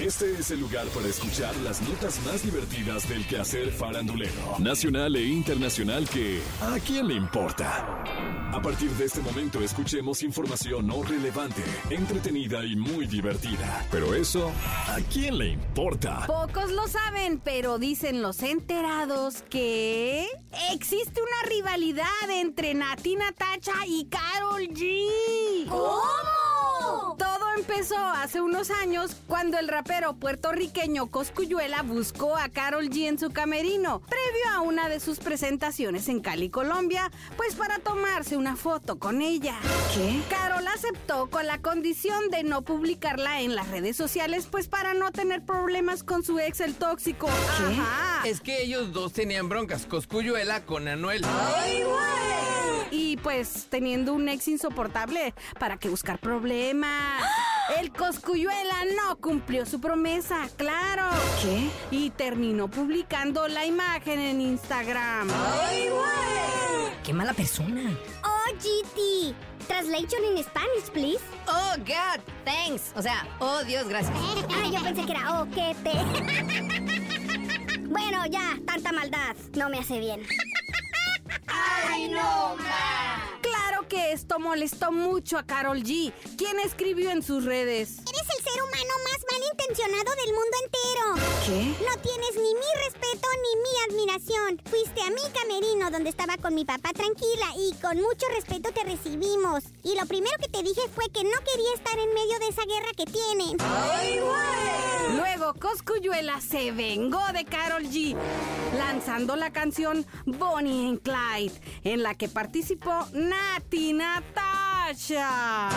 Este es el lugar para escuchar las notas más divertidas del quehacer farandulero, nacional e internacional que ¿a quién le importa? A partir de este momento escuchemos información no relevante, entretenida y muy divertida. Pero eso, ¿a quién le importa? Pocos lo saben, pero dicen los enterados que existe una rivalidad entre Natina Tacha y Carol G. ¿Cómo? Todo empezó hace unos años cuando el rapero puertorriqueño Coscuyuela buscó a Carol G en su camerino, previo a una de sus presentaciones en Cali, Colombia, pues para tomarse una foto con ella. ¿Qué? Carol aceptó con la condición de no publicarla en las redes sociales, pues para no tener problemas con su ex el tóxico. ¿Qué? Ajá. Es que ellos dos tenían broncas, Coscuyuela con Anuel. Y pues teniendo un ex insoportable, ¿para qué buscar problemas? El Coscuyuela no cumplió su promesa, claro. ¿Qué? Y terminó publicando la imagen en Instagram. ¡Qué mala persona! OGT. Oh, Translation in Spanish, please. Oh, God, thanks. O sea, oh, Dios, gracias. Ah, yo pensé que era oquete. bueno, ya, tanta maldad no me hace bien. Claro que esto molestó mucho a Carol G, quien escribió en sus redes. Eres el ser humano más malintencionado del mundo entero. ¿Qué? No tienes ni mi respeto ni mi admiración. Fuiste a mi camerino donde estaba con mi papá tranquila y con mucho respeto te recibimos. Y lo primero que te dije fue que no quería estar en medio de esa guerra que tienen. Luego Coscuyuela se vengó de Carol G, lanzando la canción Bonnie and Clyde, en la que participó Nati Natasha.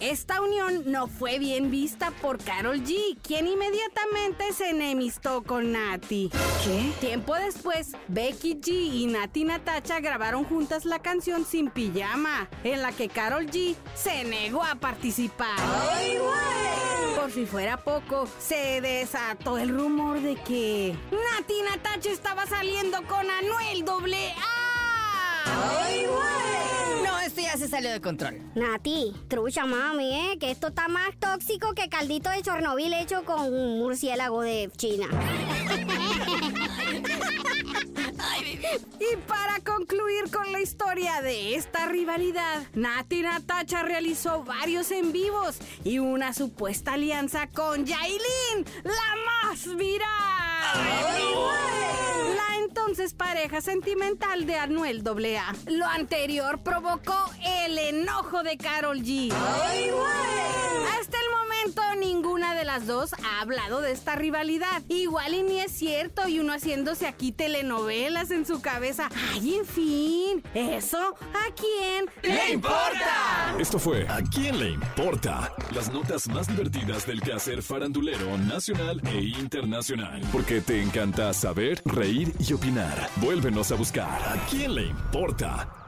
Esta unión no fue bien vista por Carol G, quien inmediatamente se enemistó con Nati. ¿Qué? Tiempo después, Becky G y Nati Natacha grabaron juntas la canción Sin Pijama, en la que Carol G se negó a participar. Por si fuera poco, se desató el rumor de que Nati Natacha estaba saliendo con Anuel AA. No, esto ya se salió de control. Nati, trucha mami, ¿eh? Que esto está más tóxico que caldito de Chornobil hecho con un murciélago de China. Y para concluir con la historia de esta rivalidad, Nati Natacha realizó varios en vivos y una supuesta alianza con Yailin, la más viral. La entonces pareja sentimental de Anuel AA. Lo anterior provocó el enojo de Carol G. Hasta el momento ninguna de las dos ha hablado de esta rivalidad. Igual y ni es cierto y uno haciéndose aquí telenovelas en su cabeza. Ay, en fin, eso a quién ¡Le importa! Esto fue ¿A quién le importa? Las notas más divertidas del quehacer farandulero nacional e internacional. Porque te encanta saber, reír y opinar. Vuélvenos a buscar ¿A quién le importa?